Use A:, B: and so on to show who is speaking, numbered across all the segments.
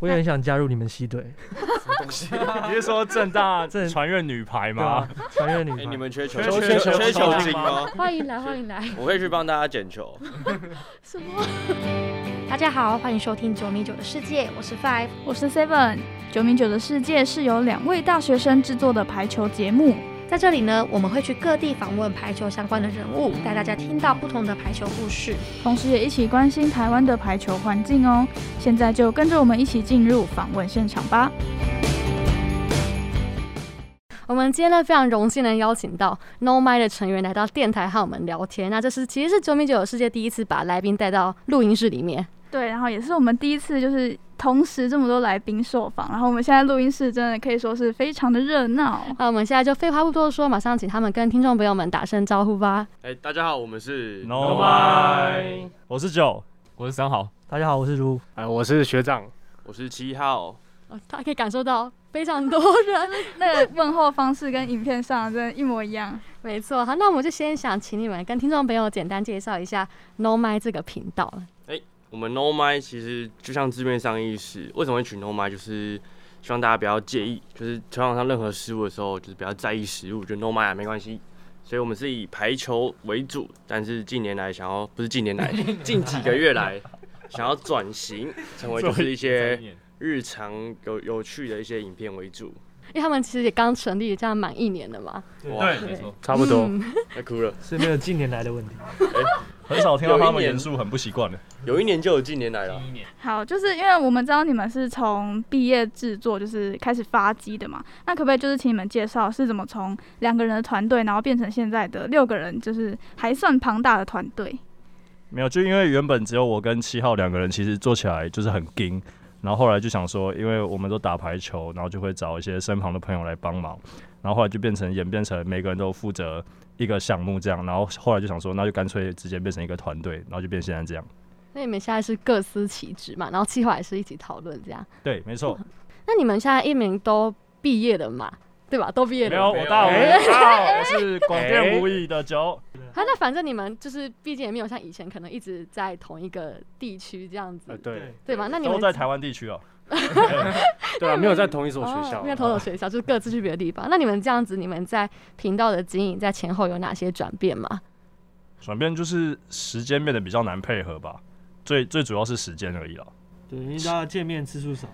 A: 我也很想加入你们西队，
B: 什么东西？
C: 你是说正大
A: 正
C: 传任女排
A: 对吧
C: 吗？？
A: 传越女
B: 哎，
A: 排，
B: 你们缺球，
C: 缺
B: 球，
C: 缺球
B: 缺球
C: 吗
B: 精吗？
D: 欢迎来，欢迎来。
B: 我会去帮大家捡球。
D: 什么？
E: 大家好，欢迎收听九米九的世界，我是 Five。
F: 我是 Seven。九米九的世界是由两位大学生制作的排球节目，
E: 在这里呢，我们会去各地访问排球相关的人物，带大家听到不同的排球故事。
F: 同时也一起关心台湾的排球环境哦。现在就跟着我们一起进入访问现场吧。
G: 我们今天呢非常荣幸能邀请到 No My 的成员来到电台和我们聊天。那这是其实是九米九世界第一次把来宾带到录音室里面。
F: 对，然后也是我们第一次就是同时这么多来宾受访，然后我们现在录音室真的可以说是非常的热闹。
G: 那我们现在就废话不多说，马上请他们跟听众朋友们打声招呼吧。
H: 哎、大家好，我们是
C: No My 我是九，
H: 我是三好，
A: 大家好，我是如，
I: 哎，我是学长，
H: 我是七号。
G: 哦大家可以感受到非常多人，
F: 那个问候方式跟影片上真的一模一样。
G: 没错。好，那我们就先想请你们跟听众朋友简单介绍一下 No My 这个频道。
H: 我们 No My 其实就像字面上意思，为什么会取 No My，就是希望大家不要介意，就是球场上任何失误的时候，就是不要在意失误，就 No My 啊，没关系。所以我们是以排球为主，但是近年来想要不是近年来，近几个月来想要转型，成为就是一些日常有有趣的一些影片为主。
G: 因为他们其实也刚成立，这样满一年了嘛。
H: 哇，
C: 对
H: 没错，
I: 差不多。
G: 嗯
H: 太酷了。
A: 是没有近年来的问题。
C: 很少听到他
H: 有
C: 们
H: 一年
C: 严肃，很不习惯的。
H: 有一年就有近年来了，
F: 好，就是因为我们知道你们是从毕业制作就是开始发迹的嘛，那可不可以就是请你们介绍是怎么从两个人的团队，然后变成现在的六个人，就是还算庞大的团队？
C: 没有，就因为原本只有我跟七号两个人，其实做起来就是很硬。然后后来就想说，因为我们都打排球，然后就会找一些身旁的朋友来帮忙。然后后来就变成演变成每个人都负责一个项目这样。然后后来就想说，那就干脆直接变成一个团队，然后就变现在这样。
G: 那你们现在是各司其职嘛，然后计划也是一起讨论这样。
C: 对，没错。
G: 那你们现在一名都毕业了嘛，对吧？都毕业
C: 没
G: 了。
C: 有，我大五，大五，我是广电无以的九。
G: 啊，那反正你们就是，毕竟也没有像以前可能一直在同一个地区这样子，
I: 呃，对，
G: 对吧？那你
C: 都
G: 们
C: 在台湾地区哦。
I: 对啊，没有在同一所学校啊
G: 哦，没有同 种学校，就是各自去别的地方。那你们这样子，你们在频道的经营在前后有哪些转变吗？
C: 转变就是时间变得比较难配合吧，最最主要是时间而已啦。
A: 对，因为大家见面次数少，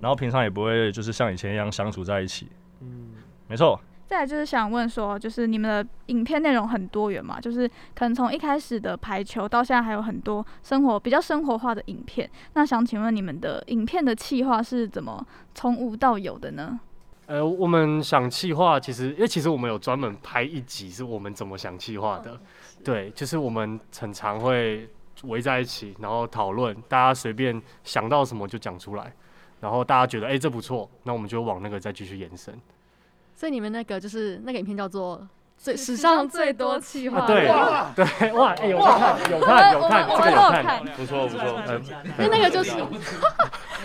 C: 然后平常也不会就是像以前一样相处在一起。
A: 嗯，
C: 没错，
F: 再来就是想问说，就是你们的影片内容很多元嘛，就是可能从一开始的排球到现在还有很多生活比较生活化的影片。那想请问你们的影片的企划是怎么从无到有的呢？
I: 呃，我们想气化，其实因为其实我们有专门拍一集，是我们怎么想气化的。对，就是我们很常会围在一起，然后讨论，大家随便想到什么就讲出来，然后大家觉得哎、这不错，那我们就往那个再继续延伸。
G: 所以你们那个就是那个影片叫做。最史
F: 史
G: 上
F: 上最
G: 最多
F: 多
G: 企
I: 啊，
G: 划，
I: 对对，哇，哎、有看有看有看，这个有
F: 我们我们有
I: 看
F: 看，
H: 不错
A: 嗯
C: 呃
H: 不错。
G: 因为那个就是哎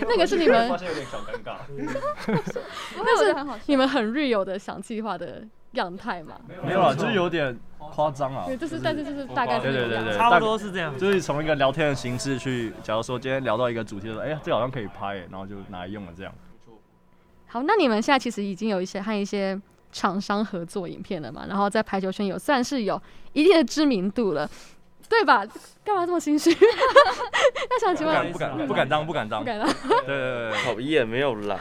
G: 那个是你们
C: 哎现有点小尴尬。
F: 那
G: 是
F: 很好笑
G: 你们很 real 的想计划的样态嘛？
C: 没有啦，就是有点夸张啊。
G: 对，就是但是就是呃大概是
C: 对对对对，
A: 差不多是这样
C: 大。就是从一个聊天的形式去，假如说今天聊到一个主题的时候，哎、呀，这好像可以拍、然后就拿来用了这样。
G: 好，那你们现在其实已经有一些和一些厂商合作影片了嘛，然后在排球圈有算是有一定的知名度了，对吧？干嘛这么心虚？ 那想请问，
C: 不敢不敢当不敢当。
G: 不
C: 对
G: 敢了。 好，
C: 对对对，
H: 讨厌，没有啦。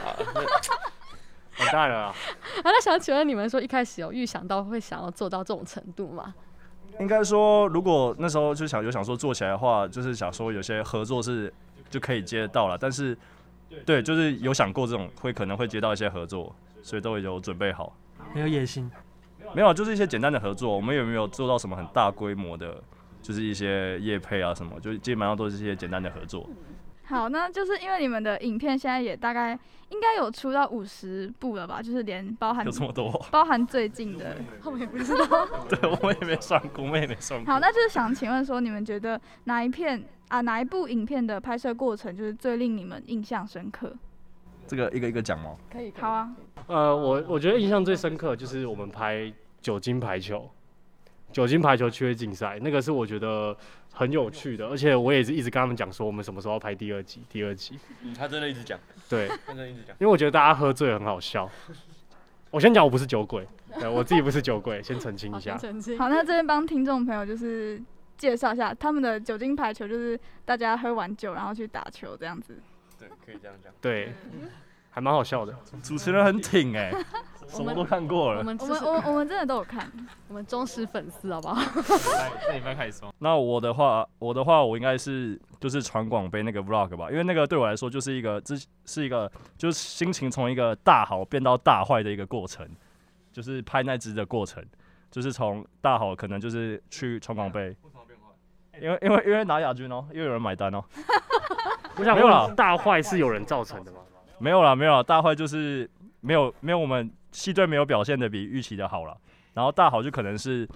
I: 完蛋了啊。
G: 那想请问你们说一开始有预想到会想要做到这种程度吗？
C: 应该说，如果那时候就想有想说做起来的话，就是想说有些合作是就可以接得到了，但是对，就是有想过这种会可能会接到一些合作，所以都有准备好。
A: 很有野心，
C: 没有，啊就是一些简单的合作，我们也没有做到什么很大规模的，就是一些业配啊什么，就基本上都是一些简单的合作。
F: 好，那就是因为你们的影片现在也大概应该有出到五十部了吧？就是连包含
C: 有这么多？
F: 包含最近的。
G: 我也不知道。
C: 对，我也没算过，我也没算过。
F: 好，那就是想请问说，你们觉得哪一片啊哪一部影片的拍摄过程就是最令你们印象深刻？
C: 这个一个一个讲吗？哦
G: 可以，可以
F: 好。啊，
I: 呃，我我觉得印象最深刻就是我们拍酒精排球，酒精排球趣味竞赛，那个是我觉得很有趣的，而且我也是一直跟他们讲说，我们什么时候要拍第二集，第二集。
H: 嗯他真的一直讲，
I: 对，
H: 他真的一直讲。
I: 因为我觉得大家喝醉很好笑。我先讲，我不是酒鬼，对我自己不是酒鬼，先澄清
G: 好
I: 一下
G: 像。曾经
F: 好，那啊这边帮听众朋友就是介绍一下他们的酒精排球，就是大家喝完酒然后去打球这样子。
H: 对，可以这样讲。
I: 对，还蛮好笑的。
C: 主持人很挺哎、什么都看过
G: 我
C: 了。
G: 们
F: 我
G: 我
F: 们
G: 们
F: 我们我们真的都有看，
G: 我们忠实粉丝好不好？
J: 这礼拜开始吗？
C: 那我的话，我的话，我应该是就是传广杯那个 vlog 吧，因为那个对我来说就是一个，这是一个就是心情从一个大好变到大坏的一个过程，就是拍那支的过程，就是从大好可能就是去传广杯，因为因为因为拿亚军哦，因为有人买单哦，
I: 我想
C: 没有啦
I: 问，大坏是有人造成的吗？
C: 没有啦没有啦，大坏就是没有没有我们系队没有表现的比预期的好了，然后大好就可能是。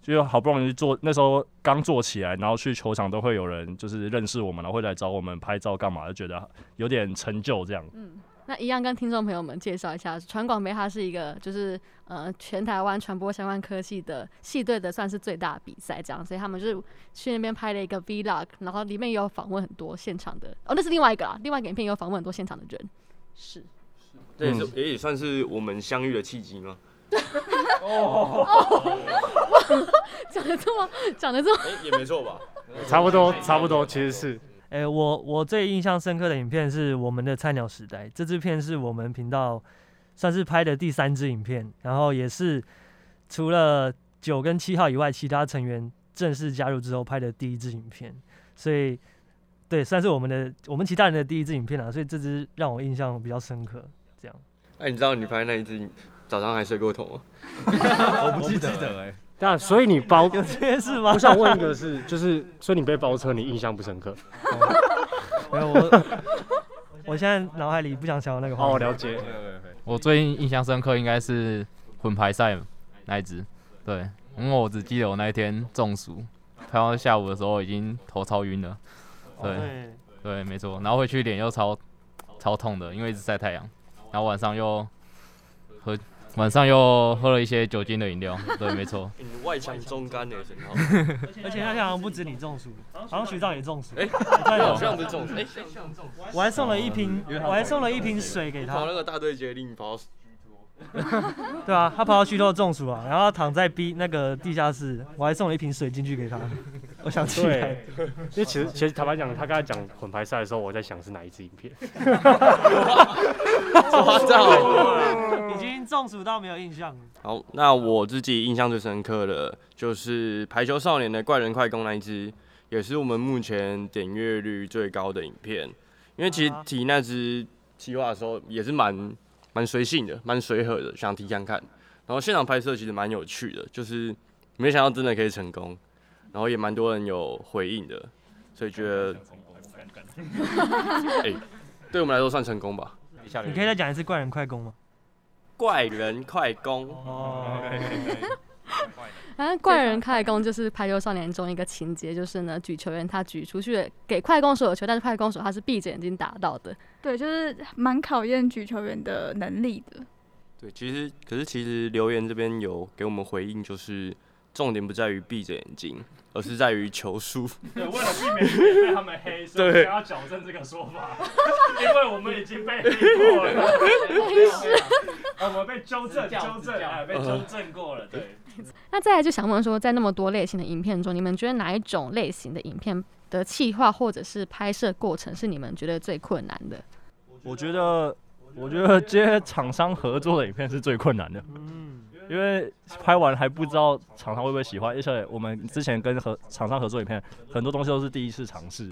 C: 就好不容易做，那时候刚做起来，然后去球场都会有人就是认识我们，然后会来找我们拍照干嘛，就觉得有点成就这样。
G: 嗯，那一样跟听众朋友们介绍一下，传广媒它是一个就是呃全台湾传播相关科系的系队的算是最大的比赛这样，所以他们就是去那边拍了一个 vlog，然后里面也有访问很多现场的，哦那是另外一个啦，另外一个影片也有访问很多现场的人，是
H: 这也是也也算是我们相遇的契机吗？
G: 讲的这么讲的这么
H: 哎，也没错吧。
I: 差不多，差不多，其实是
A: 哎、我我最印象深刻的影片是我们的菜鸟时代，这支片是我们频道算是拍的第三支影片，然后也是除了九跟七号以外，其他成员正式加入之后拍的第一支影片，所以对，算是我们的我们其他人的第一支影片啊，所以这支让我印象比较深刻。这样，
H: 哎，你知道你拍那一只早上还睡过头吗？
C: 我不记
J: 欸
C: 得哎、
I: 那所以你包，
A: 有这件事吗
I: 我？想问一个是，就是所以你被包车，你印象不深刻？
A: 没有我，我现在脑海里不想想到那个画面。
I: 哦，了解。
J: 我最印印象深刻应该是混排赛那一只，对，因为我只记得我那一天中暑，拍到下午的时候已经头超晕了，哦对
C: 哦
A: 对，
J: 对，没错，然后回去脸又超超痛的，因为一直晒太阳，然后晚上又喝晚上又喝了一些酒精的饮料，对，没错，
H: 哎你外强中干呢，沈浩。
A: 而且那天好像不止你中暑，好像学长也中暑。
H: 哎
A: 对啊
H: 好像不是中，哎，
A: 我还送了一瓶，我还送了一瓶水给
H: 跑
A: 他
H: 那。个大队接力，你跑 到
A: 对啊，他跑到虚脱中暑啊，然后他躺在 B 那个地下室，我还送了一瓶水进去给他。 我想起来
I: 对，，因为其实其实坦白讲，他刚才讲混排赛的时候，我在想是哪一支影片。
H: 抓到。
A: 已经中暑到没有印象了。
H: 好，那我自己印象最深刻的就是《排球少年》的怪人快攻那一支，也是我们目前点阅率最高的影片。因为其实
A: 啊
H: 提那支企划的时候也是蛮蛮随性的，蛮随和的，想提看看。然后现场拍摄其实蛮有趣的，就是没想到真的可以成功，然后也蛮多人有回应的，所以觉得，哎、对我们来说算成功吧。
A: 你可以再讲一次怪人快攻吗？
H: 怪人快攻，
A: 哦，
G: 反正怪人快攻就是排球少年中一个情节，就是呢举球员他举出去给快攻手的球，但是快攻手他是闭着眼睛打到的，
F: 对，就是蛮考验举球员的能力的。
H: 对，其实可是其实留言这边有给我们回应，就是重点不在于闭着眼睛，而是在于球速。
I: 对，为了避免被他们黑，所以我们要矫正这个说法， 因为我们已经被黑过了。我们被纠正，纠正，哎，被纠正过了。对，
G: 那再来就想问说，在那么多类型的影片中，你们觉得哪一种类型的影片的企划或者是拍摄过程是你们觉得最困难的？
C: 我觉得，我觉得接厂商合作的影片是最困难的，
A: 嗯，
C: 因为拍完还不知道厂商会不会喜欢，而且我们之前跟合厂商合作影片，很多东西都是第一次尝试，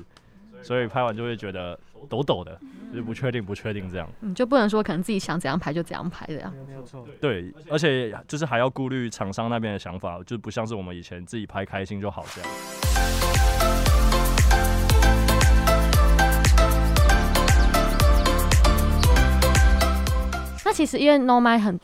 C: 所以拍完就会觉得抖抖的，就是不确定，不确定这样。
G: 嗯你就不能说可能自己想怎样拍就怎样拍这样。
A: 哦没有错。
C: 对，而且就是还要顾虑厂商那边的想法，就不像是我们以前自己拍开心就好这样。
G: 那其实因为 No My 很，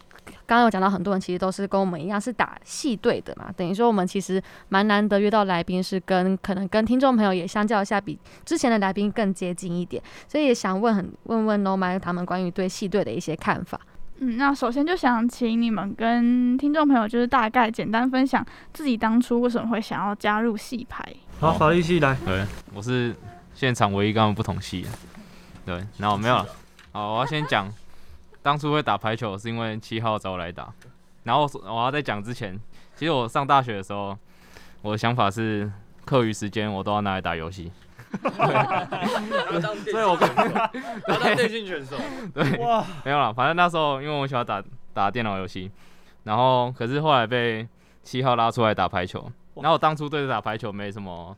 G: 刚刚有讲到很多人其实都是跟我们一样是打戏队的嘛，等于说我们其实蛮难得约到来宾是跟可能跟听众朋友也相较一下比之前的来宾更接近一点，所以也想问很问问 No My 他们关于对戏队的一些看法。
F: 嗯，那首先就想请你们跟听众朋友，就是大概简单分享自己当初为什么会想要加入戏牌。
A: 好，法律系来，
J: 对，我是现场唯一跟他们不同系的。对，然后没有了。好，我要先讲，当初会打排球是因为七号找我来打。然后我要在讲之前，其实我上大学的时候，我的想法是，课余时间我都要拿来打 游戏。
B: 所以我刚他当电竞选手，
J: 对，
A: 哇，
J: 没有啦，反正那时候因为我喜欢打打电脑游戏，然后可是后来被七号拉出来打排球，然后我当初对打排球没什么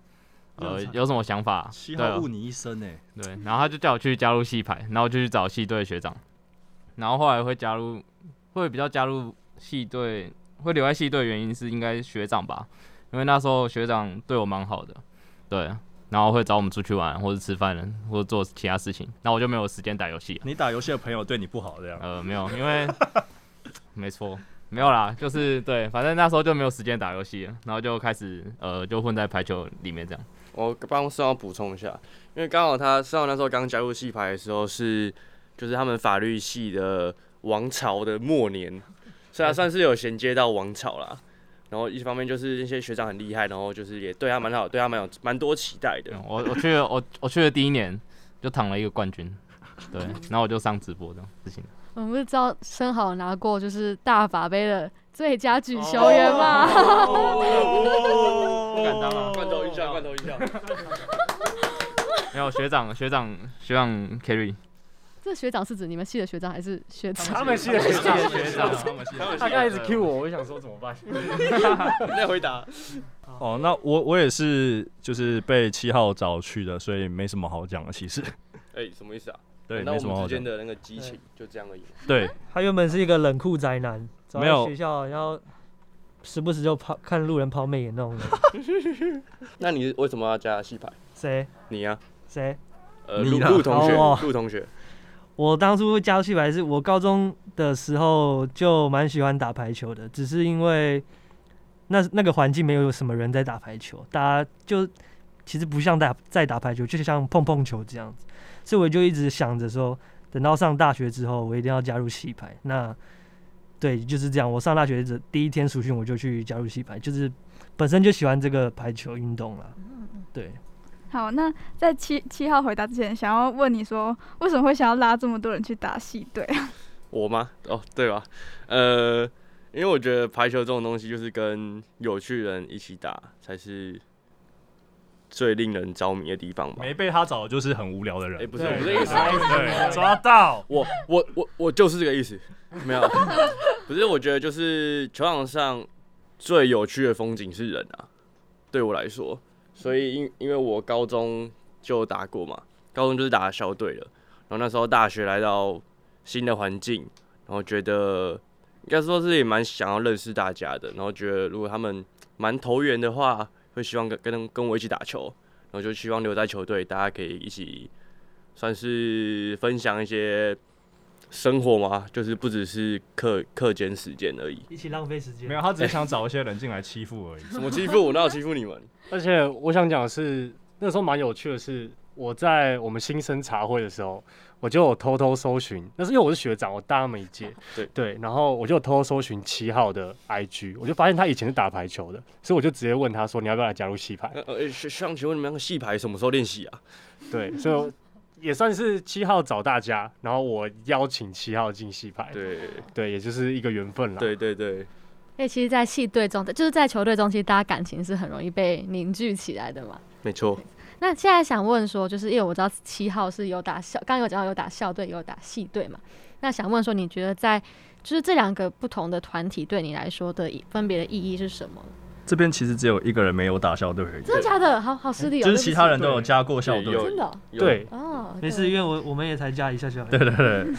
J: 呃
C: 热忱
J: 有什么想法，
C: 七
J: 对
C: 号
J: 啊
C: 误你一生哎、
J: 对，然后他就叫我去加入戏排，然后我就去找系队的学长，然后后来会加入，会比较加入系队，会留在系队的原因是应该学长吧，因为那时候学长对我蛮好的，对，然后会找我们出去玩或者吃饭或者做其他事情，那我就没有时间打游戏了。
C: 你打游戏的朋友对你不好这样。
J: 呃，没有，因为没错，没有啦，就是对，反正那时候就没有时间打游戏了，然后就开始呃，就混在排球里面这样。
H: 我帮盛浩补充一下，因为刚好他盛浩那时候刚加入戏牌的时候是，就是他们法律系的王朝的末年，所以他算是有衔接到王朝啦。然后一方面就是那些学长很厉害，然后就是也对他蛮好，对他蛮有蛮多期待的。
C: 哦
J: 我我去了我我去了第一年就躺了一个冠军，对，然后我就上直播这样事情。
G: 我们不是知道生蚝拿过就是大法杯的最佳举球员吗？
H: 哦
J: 不敢当啊
H: 罐头音效，罐头音效。
J: 没有学长学长学长 carry，
G: 这学长是指你们系的学长还是学长？
I: 他们系的学长，
J: 学长
I: 他刚才一直 Q 我，我就想说怎么办？
H: 再回答，
C: 哦，那我我也是就是被七号找去的，所以没什么好讲的，其实
H: 哎，什么意思啊？
C: 对，没
H: 那我
C: 什么
H: 们
C: 好
H: 之
C: 讲
H: 间。的那个激情就这样而已。
C: 对，
A: 他原本是一个冷酷宅男，走
C: 没
A: 在
C: 有
A: 学校然后时不时就抛看路人抛媚眼那种人。
H: 那你为什么要加戏牌？
A: 谁
H: 你啊呀，
A: 谁？
H: 呃，
C: 你
H: 陆
C: 啦
H: 陆同学
A: 哦，
H: 陆同学，
A: 我当初加入戏排是我高中的时候就蛮喜欢打排球的，只是因为那那个环境没有什么人在打排球，大家就其实不像打在打排球，就像碰碰球这样子，所以我就一直想着说，等到上大学之后，我一定要加入戏排。那对，就是这样。我上大学的第一天暑训，我就去加入戏排，就是本身就喜欢这个排球运动啦。对，
F: 好，那在七七号回答之前，想要问你说，为什么会想要拉这么多人去打戏队？
H: 我吗？哦，对吧？呃，因为我觉得排球这种东西就是跟有趣的人一起打才是最令人着迷的地方吧。
C: 没被他找就是很无聊的人。
H: 哎、不是，不是这个意思。
C: 对，抓到。
H: 我我我我就是这个意思，没 有，不是，我觉得就是球场上最有趣的风景是人啊，对我来说，所以因因为我高中就打过嘛，高中就是打校队了，然后那时候大学来到新的环境，然后觉得应该说是也蛮想要认识大家的，然后觉得如果他们蛮投缘的话，会希望跟跟跟我一起打球，然后就希望留在球队，大家可以一起算是分享一些生活嘛，就是不只是课课间时间而已。
A: 一起浪费时间
C: 没有，他只是想找一些人进来欺负而已。
H: 什么欺负我？哪有欺负你们？
I: 而且我想讲的是，那时候蛮有趣的是，我在我们新生茶会的时候，我就有偷偷搜寻，那是因为我是学长，我大他们一届，
H: 对
I: 对，然后我就有偷偷搜寻七号的 IG，我就发现他以前是打排球的，所以我就直接问他说你要不要来加入戏排？
H: 呃呃，学学长，请问你们那个戏牌什么时候练习啊？
I: 对，所以我也算是七号找大家，然后我邀请七号进戏排，
H: 对
I: 对，也就是一个缘分啦。
H: 对对对，
G: 哎、其实，在系队中，就是在球队中，其实大家感情是很容易被凝聚起来的嘛。
H: 没错。
G: 那现在想问说，就是因为我知道七号是有打校，刚刚有讲到有打校队，有打系队嘛。那想问说，你觉得在就是这两个不同的团体对你来说的意分别的意义是什么？
C: 这边其实只有一个人没有打校队而已，
G: 真的假的？好好失礼哦，
C: 就是
G: 对不起
C: 其他人都有加过校队
H: 对。有
G: 真的哦
H: 有
I: 对，
G: 哦，
A: 没事，因为我我们也才加一下下。
C: 对对 对。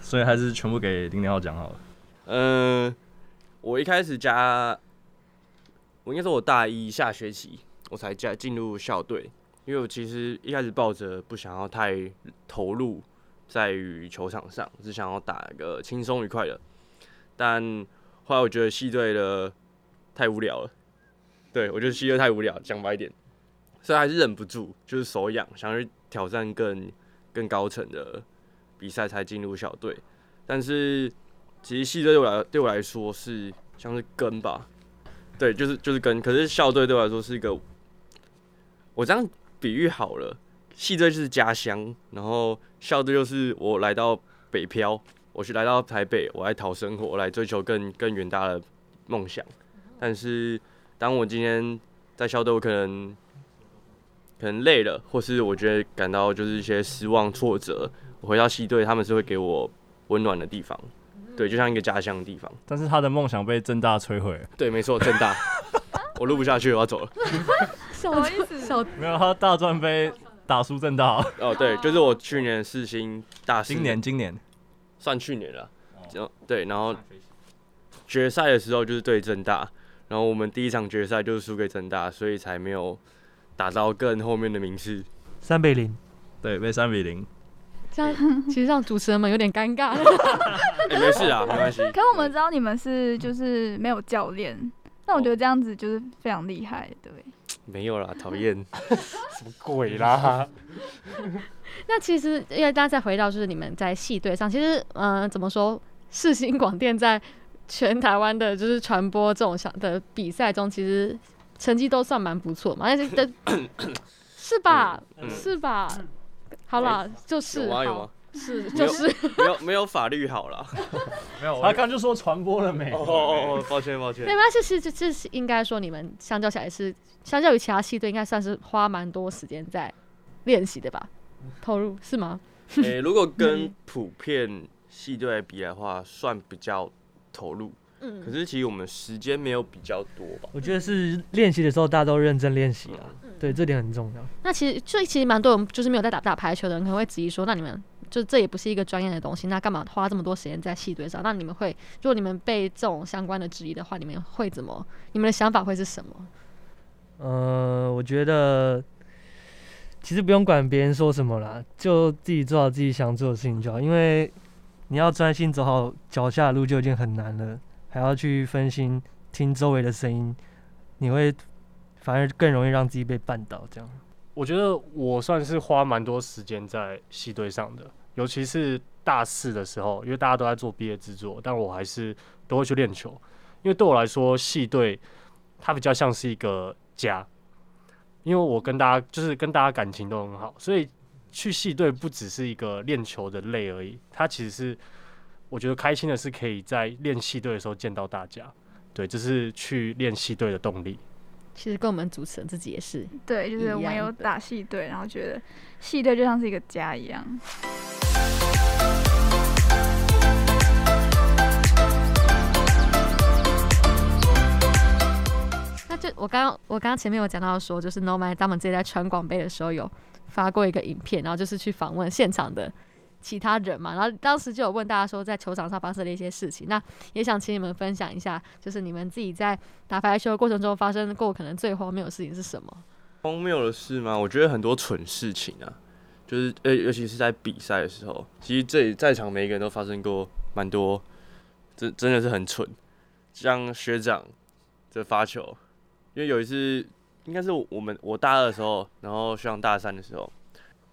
C: 所以还是全部给零零号讲好了。
H: 嗯、我一开始加，我应该说我大一下学期我才加进入校队，因为我其实一开始抱着不想要太投入在于球场上，只想要打个轻松愉快的。但后来我觉得系队的太无聊了，对我觉得系队太无聊，讲白一点，所以还是忍不住就是手痒，想去挑战更更高层的比赛才进入校队。但是其实系队对我来对我来说是像是根吧，对，就是就是根。可是校队对我来说是一个，我这样比喻好了，系队就是家乡，然后校队就是我来到北漂，我是来到台北，我来讨生活，我来追求更更远大的梦想。但是当我今天在校队，我可能可能累了，或是我觉得感到就是一些失望、挫折，我回到系队，他们是会给我温暖的地方，对，就像一个家乡的地方。
C: 但是他的梦想被正大摧毁了。
H: 对，没错，正 大，我录不下去，我要走了。
G: 什么意思？小
C: 没有，他大专杯打输正大。
H: 哦，对，就是我去年世新大 四，
C: 今年今年
H: 算去年了，然后对，然后决赛的时候就是对正大，然后我们第一场决赛就是输给正大，所以才没有打到更后面的名次。
A: 三比零，
C: 对，被三比零。
G: 这样其实让主持人们有点尴尬。
H: 哎、没事啊，没关系。
F: 可我们知道你们是就是没有教练，那我觉得这样子就是非常厉害，对。
H: 没有啦，讨厌。
I: 什么鬼啦？
G: 那其实，因为大家再回到就是你们在系队上，其实，嗯、怎么说，世新广电在全台湾的就是传播这种小的比赛中，其实成绩都算蛮不错嘛，但是但是吧，
H: 嗯哎
G: 是吧？好啦，就是
H: 有吗？有
G: 好
H: 吗？
G: 是
H: 没
G: 就
H: 有
G: 是
H: 没有没有法律好了。
J: 没有，
C: 他
J: 我
C: 刚就说传播了没？
H: 哦哦哦，抱歉抱歉
G: 没。关系，是是是是应该说你们相较起来是，相较于其他系队，应该算是花蛮多时间在练习的吧，投入是吗？
H: 诶、哎如果跟普遍系队来比的话，算比较投入。可
G: 嗯，
H: 是其实我们时间没有比较多吧？
A: 我觉得是练习的时候大家都认真练习啊，对，这点很重要。
G: 那其实就其实蛮多人就是没有在打打排球的人，可能会质疑说，那你们就这也不是一个专业的东西，那干嘛花这么多时间在系队上？那你们会，如果你们被这种相关的质疑的话，你们会怎么？你们的想法会是什么？
A: 呃，我觉得其实不用管别人说什么啦，就自己做好自己想做的事情就好。因为你要专心走好脚下的路就已经很难了，还要去分心听周围的声音，你会反而更容易让自己被绊倒。这样，
I: 我觉得我算是花蛮多时间在系队上的，尤其是大四的时候，因为大家都在做毕业制作，但我还是都会去练球，因为对我来说，系队它比较像是一个家，因为我跟大家就是跟大家感情都很好，所以去系队不只是一个练球的累而已，它其实是我觉得开心的是可以在练系队的时候见到大家，对，这是去练系队的动力。
G: 其实跟我们主持人自己也是，
F: 对，就是我
G: 一
F: 们
G: 样
F: 有
G: 的
F: 打系队，然后觉得系队就像是一个家一样。
G: 那就我刚刚我刚刚前面有讲到说，就是 No Man 他们自己在传广杯的时候有发过一个影片，然后就是去访问现场的其他人嘛，然后当时就有问大家说在球场上发生的一些事情。那也想请你们分享一下，就是你们自己在打排球的过程中发生过可能最荒谬的事情是什么？
H: 荒谬的事吗？我觉得很多蠢事情啊，就是呃，尤其是在比赛的时候，其实这里在场每一个人都发生过蛮多，真真的是很蠢。像学长这发球，因为有一次应该是我们我大二的时候，然后学长大三的时候，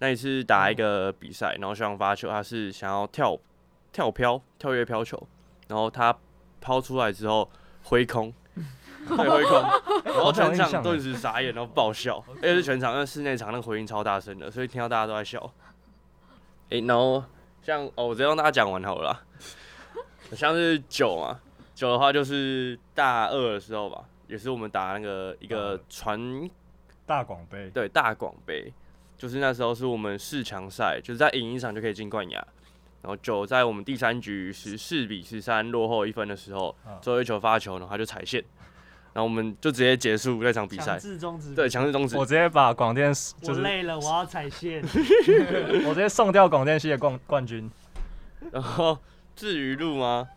H: 那一次打一个比赛，然后学长发球，他是想要跳跳飘跳跃飘球，然后他抛出来之后挥空。对，挥空，然后全场顿时傻眼，然后爆笑，而且是全场，因为室内场那个回音超大声的，所以听到大家都在笑。诶，然后像哦，我直接让大家讲完好了啦。 像是酒嘛，酒的话就是大二的时候吧，也是我们打那个一个传
C: 大广杯，
H: 对大广杯，就是那时候是我们四强赛，就是在赢一场就可以进冠亚。然后九在我们第三局十四比十三落后一分的时候
C: 嗯，
H: 最后一球发球，然后他就踩线，然后我们就直接结束那场比赛。
A: 自终止
H: 对，，强制终止
C: 我。直接把广电就是
A: 了，我要踩线。
C: 我直接送掉广电系的冠冠军。
H: 然后哦至于录吗？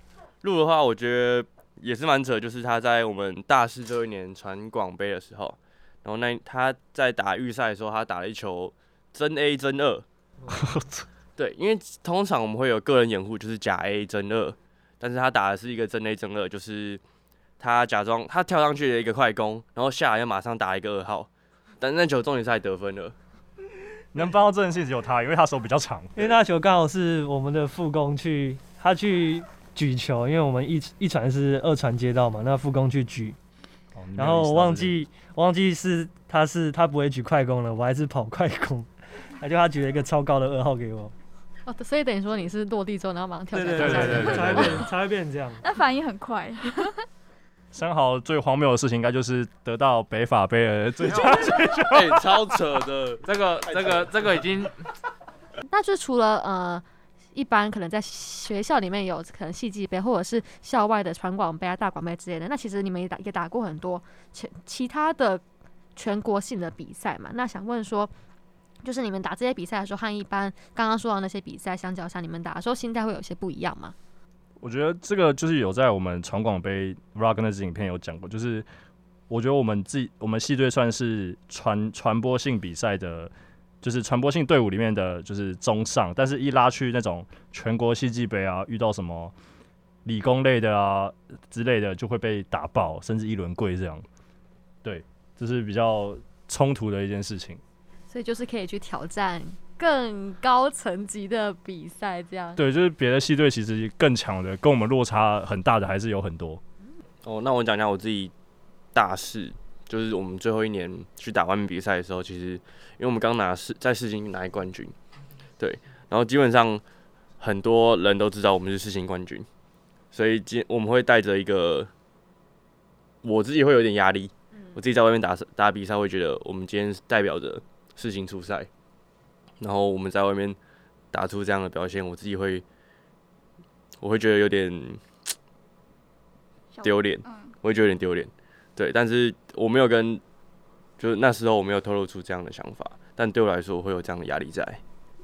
H: 录的话，我觉得也是蛮扯，就是他在我们大四最后一年传广杯的时候，然后那他在打预赛的时候，他打了一球真 A 真二。对，因为通常我们会有个人掩护，就是假 A 真二，但是他打的是一个真 A 真二，就是他假装他跳上去的一个快攻，然后下来又马上打一个二号，但那球重点是还得分了。
C: 能帮到这件事只有他，因为他手比较长。
A: 因为那球刚好是我们的副攻去他去举球，因为我们一一传是二传接到嘛，那副攻去举，
C: 嗯
A: 然后我忘记忘记是他是他不会举快攻了，我还是跑快攻， 他就他举了一个超高的二号给我，
G: 哦，所以等于说你是落地之后，然后马上跳起来
A: 对
G: 跳下来。
A: 对才会变才会变这样。
F: 那反应很快，
C: 三好最荒谬的事情，应该就是得到北法杯的最 佳。
B: 哎，超扯的，
J: 这个这个这个已经
G: 那就除了呃，一般可能在学校里面有可能戏剧杯，或者是校外的传广杯啊、大广杯之类的。那其实你们也打也打过很多其其他的全国性的比赛嘛。那想问说，就是你们打这些比赛的时候，和一般刚刚说到那些比赛相较下，你们打的时候心态会有些不一样吗？
C: 我觉得这个就是有在我们传广杯 Rock 那支影片有讲过，就是我觉得我们自己我们系队算是传传播性比赛的，就是传播性队伍里面的就是中上，但是一拉去那种全国系际杯啊，遇到什么理工类的啊之类的，就会被打爆，甚至一轮跪这样。对，这是比较冲突的一件事情。
G: 所以就是可以去挑战更高层级的比赛，这样。
C: 对，就是别的系队其实更强的，跟我们落差很大的还是有很多。
H: 哦，那我讲讲我自己大四，就是我们最后一年去打完比赛的时候，其实因为我们刚拿世在世新拿一冠军，对，然后基本上很多人都知道我们是世新冠军，所以今我们会带着一个我自己会有点压力，我自己在外面打打比赛会觉得我们今天是代表着世新出赛，然后我们在外面打出这样的表现，我自己会我会觉得有点。丢脸，
F: 嗯
H: 我也觉得有点丢脸，对，但是我没有跟，就是那时候我没有透露出这样的想法，但对我来说我会有这样的压力在。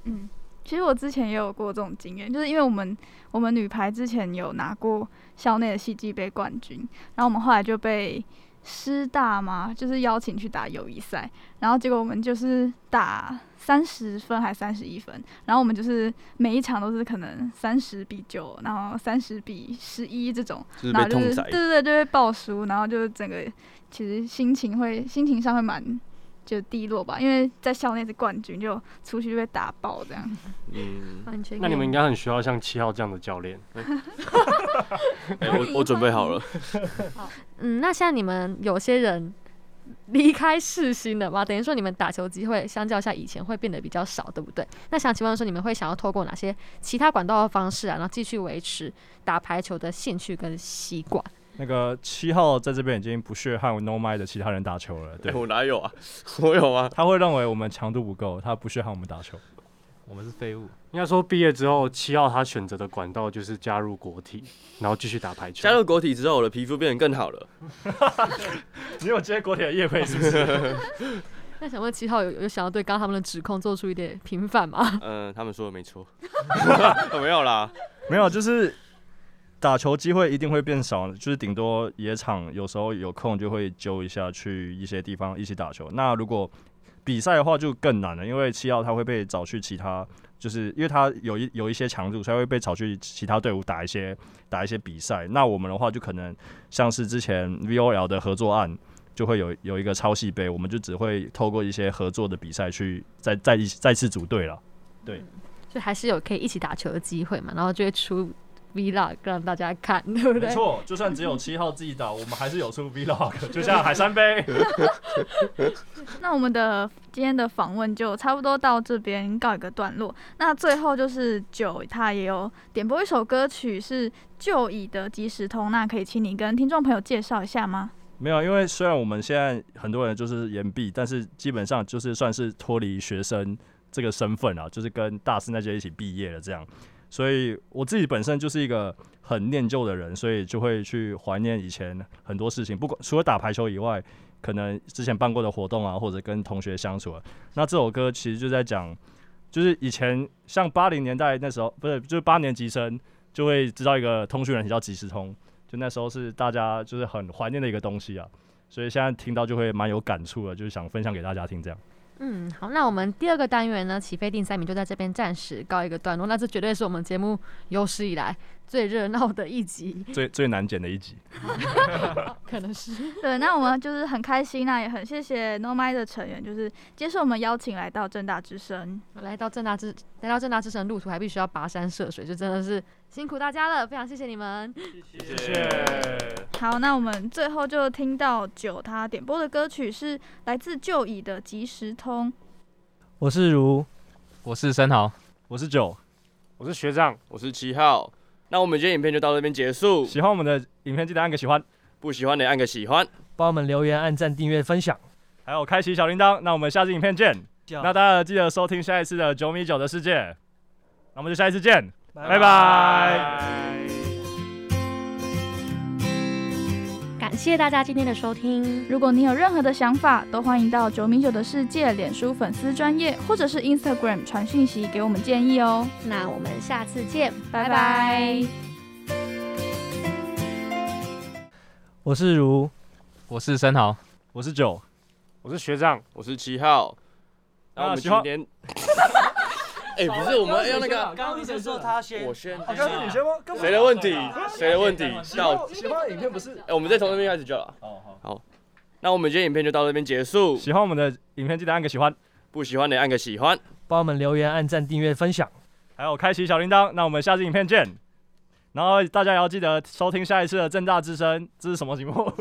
F: 嗯，其实我之前也有过这种经验，就是因为我们我们女排之前有拿过校内的戏剧杯冠军，然后我们后来就被师大嘛，就是邀请去打友谊赛，然后结果我们就是打三十分还三十一分，然后我们就是每一场都是可能三十比九，然后三十比十一这种，
H: 就是被
F: 然后就
H: 痛
F: 是
H: 宰
F: 对对对，就会爆输，然后就是整个其实心情会心情上会蛮。就低落吧，因为在校内是冠军，就出去就被打爆这样。
H: 嗯，
G: 完全
I: 那你们应该很需要像七号这样的教练。
H: 哎我我准备好了，
G: 嗯，那像你们有些人离开世新了嘛，等于说你们打球机会相较下以前会变得比较少，对不对？那想请问说，你们会想要透过哪些其他管道的方式啊，然后继续维持打排球的兴趣跟习惯？
C: 那个七号在这边已经不屑和 No m i 的其他人打球了，对、
H: 哎我哪有啊？ 我有吗？
C: 他会认为我们强度不够，他不屑和我们打球。
J: 我们是废物。
I: 应该说毕业之后，七号他选择的管道就是加入 国体，然后继续打排球。
H: 加入国体之后，我的皮肤变得更好了。
C: 你有接国铁的叶配是不是？
G: 那想问七号有有想要对刚刚他们的指控做出一点平反吗？
H: 嗯，他们说的没错， 没有啦。
C: 没有，就是打球机会一定会变少，就是顶多野场有时候有空就会揪一下去一些地方一起打球。那如果比赛的话就更难了，因为七号他会被找去其他，就是因为他有一有一些强度，所以会被找去其他队伍打一些打一些比赛。那我们的话就可能像是之前 VOL 的合作案，就会有有一个超系杯，我们就只会透过一些合作的比赛去再再一再次组队了。
G: 就还是有可以一起打球的机会嘛，然后就会出 vlog 让大家看，对不对？
C: 没错，就算只有七号自己打，我们还是有出 vlog，就像海山杯。
F: 那我们的今天的访问就差不多到这边告一个段落。那最后就是九，他也有点播一首歌曲是旧乙的即时通，那可以请你跟听众朋友介绍一下吗？
C: 没有，因为虽然我们现在很多人就是延毕，但是基本上就是算是脱离学生这个身份啊，就是跟大四那届一起毕业了这样。所以我自己本身就是一个很念旧的人，所以就会去怀念以前很多事情，不管除了打排球以外，可能之前办过的活动啊，或者跟同学相处啊。那这首歌其实就在讲，就是以前像八零年代那时候，不是就是八年级生就会知道一个通讯软体叫即时通，就那时候是大家就是很怀念的一个东西啊，所以现在听到就会蛮有感触的，就是想分享给大家听这样。
G: 嗯，好，那我们第二个单元呢，起飞第三名就在这边暂时告一个段落。那这绝对是我们节目有史以来最热闹的一集，
C: 最最难剪的一集。
G: 可能是
F: 对，那我们就是很开心、那也很谢谢 No m i 的成员，就是接受我们邀请来到正大之声。
G: 来到正大之来到正大之神路途还必须要跋山涉水，就真的是辛苦大家了，非常谢谢你们。
B: 谢谢。
F: 好，那我们最后就听到九他点播的歌曲是来自旧乙的《即时通》。
A: 我是如，
J: 我是生蚝，
C: 我是九，
I: 我是学长，
H: 我是七号。那我们今天影片就到这边结束，
C: 喜欢我们的影片记得按个喜欢，
H: 不喜欢的按个喜欢。
A: 帮我们留言、按赞、订阅、分享。
C: 还有开启小铃铛。那我们下次影片见。那大家记得收听下一次的九米九的世界。那我们就下一次见，拜拜
E: 感谢大家今天的收听，
F: 如果你有任何的想法，都欢迎到九米九的世界脸书粉丝专业或者是 Instagram 传讯息给我们建议哦。
E: 那我们下次见，
F: 拜
E: 拜
F: 拜。
A: 我是如，
J: 我是生蚝。
C: 我是九，
I: 我是学长，
H: 我是七号。那我
C: 啊
H: 们
C: 喜
H: 今
C: 欢
H: 天， 哎，不是我们要那个，啊
A: 刚刚谁
I: 哦
A: 说他先
H: 我先，
C: 刚是你先吗？
H: 谁的问题？谁的问题？到，
C: 喜欢的影片不是？
H: 哎，我们再从这边开始就好了。
C: 哦好。
H: 那我们今天影片就到这边结束，
C: 喜欢我们的影片记得按个喜欢，
H: 不喜欢的按个喜欢。
A: 帮我们留言、按赞、订阅、分享。
C: 还有开启小铃铛。那我们下次影片见。然后大家也要记得收听下一次的正大之声，这是什么节目？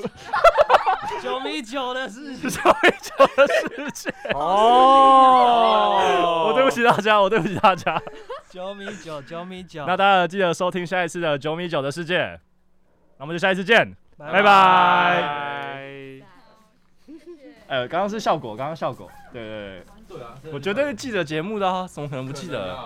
A: 九米九的事情。
C: 小一九的世界。
I: 哦
C: 我对不起大家，我对不起大家。
A: 九米九，九米九，
C: 那大家记得收听下一次的九米九的世界。那我们就下一次见，拜
A: 拜
C: 拜。
I: 拜。
C: 呃，刚刚是效果，刚刚效果，对对对，我绝对记得节目的啊，怎么可能不记得？